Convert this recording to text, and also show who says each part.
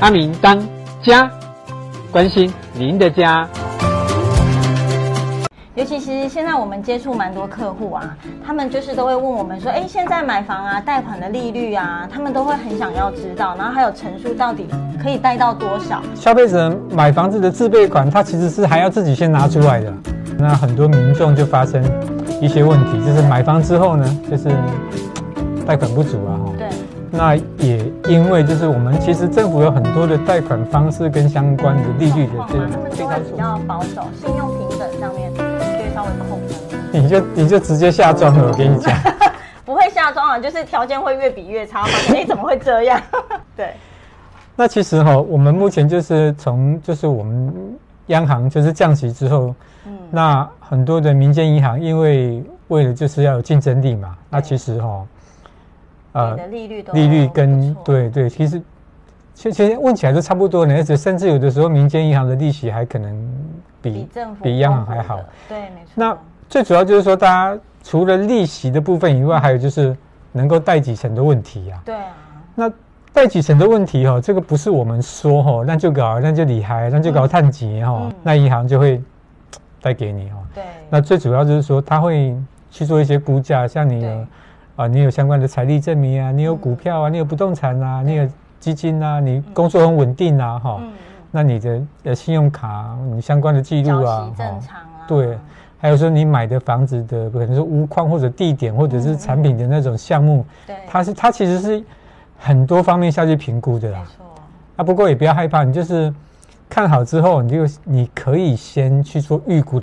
Speaker 1: 阿明当家，关心您的家。
Speaker 2: 尤其是现在我们接触蛮多客户啊，他们就是都会问我们说，哎，现在买房啊，贷款的利率啊，他们都会很想要知道，然后还有成数到底可以贷到多少。
Speaker 3: 消费者买房子的自备款，他其实是还要自己先拿出来的。那很多民众就发生一些问题，就是买房之后呢，就是贷款不足啊，哈。
Speaker 2: 对，
Speaker 3: 那也因为就是我们其实政府有很多的贷款方式跟相关的利率的
Speaker 2: 状
Speaker 3: 这种
Speaker 2: 况嘛，他们
Speaker 3: 非
Speaker 2: 都会
Speaker 3: 常
Speaker 2: 比较保守，信用平等上面就会稍微扣分，
Speaker 3: 你就你就直接下庄了，我跟你讲。
Speaker 2: 不会下装啊，就是条件会越比越差，发现哎怎么会这样？ 对，
Speaker 3: 那其实哈、我们目前就是从就是我们央行就是降息之后，
Speaker 2: 嗯
Speaker 3: 那很多的民间银行因为为了就是要有竞争力嘛，那其实哈、
Speaker 2: 你的利率都
Speaker 3: 呃利率跟
Speaker 2: 不错，
Speaker 3: 对对，其实其其实问起来都差不多呢，而且甚至有的时候民间银行的利息还可能
Speaker 2: 比
Speaker 3: 比
Speaker 2: 政府
Speaker 3: 比央行还
Speaker 2: 公布
Speaker 3: 好
Speaker 2: 的。，对，没错。
Speaker 3: 那最主要就是说，大家除了利息的部分以
Speaker 2: 嗯
Speaker 3: 外，还有就是能够贷几成的问题呀、
Speaker 2: 对啊，
Speaker 3: 那贷几成的问题哦，这个不是我们说哦，那就搞，那就厉害，那就搞探级哦，
Speaker 2: 嗯
Speaker 3: 那银行就会嘖贷给你哦。
Speaker 2: 对，
Speaker 3: 那最主要就是说，他会去做一些估价，像你有
Speaker 2: 对嗯
Speaker 3: 啊、你有相关的财力证明啊，你有股票啊，你有不动产啊，你有基金啊，你工作很稳定啊，哈、
Speaker 2: 嗯，
Speaker 3: 那你的呃信用卡、你相关的记
Speaker 2: 嗯
Speaker 3: 录
Speaker 2: 缴
Speaker 3: 啊
Speaker 2: 息，
Speaker 3: 哈
Speaker 2: 正常啊，
Speaker 3: 对，还有说你买的房子的可能是屋况或者地点或者
Speaker 2: 嗯
Speaker 3: 是产品的那种项目，
Speaker 2: 对，
Speaker 3: 它是它其实是很多方面下去评估的
Speaker 2: 没
Speaker 3: 啦。
Speaker 2: 错，
Speaker 3: 啊，不过也不要害怕，你就是看好之后，你就你可以先去做预估的。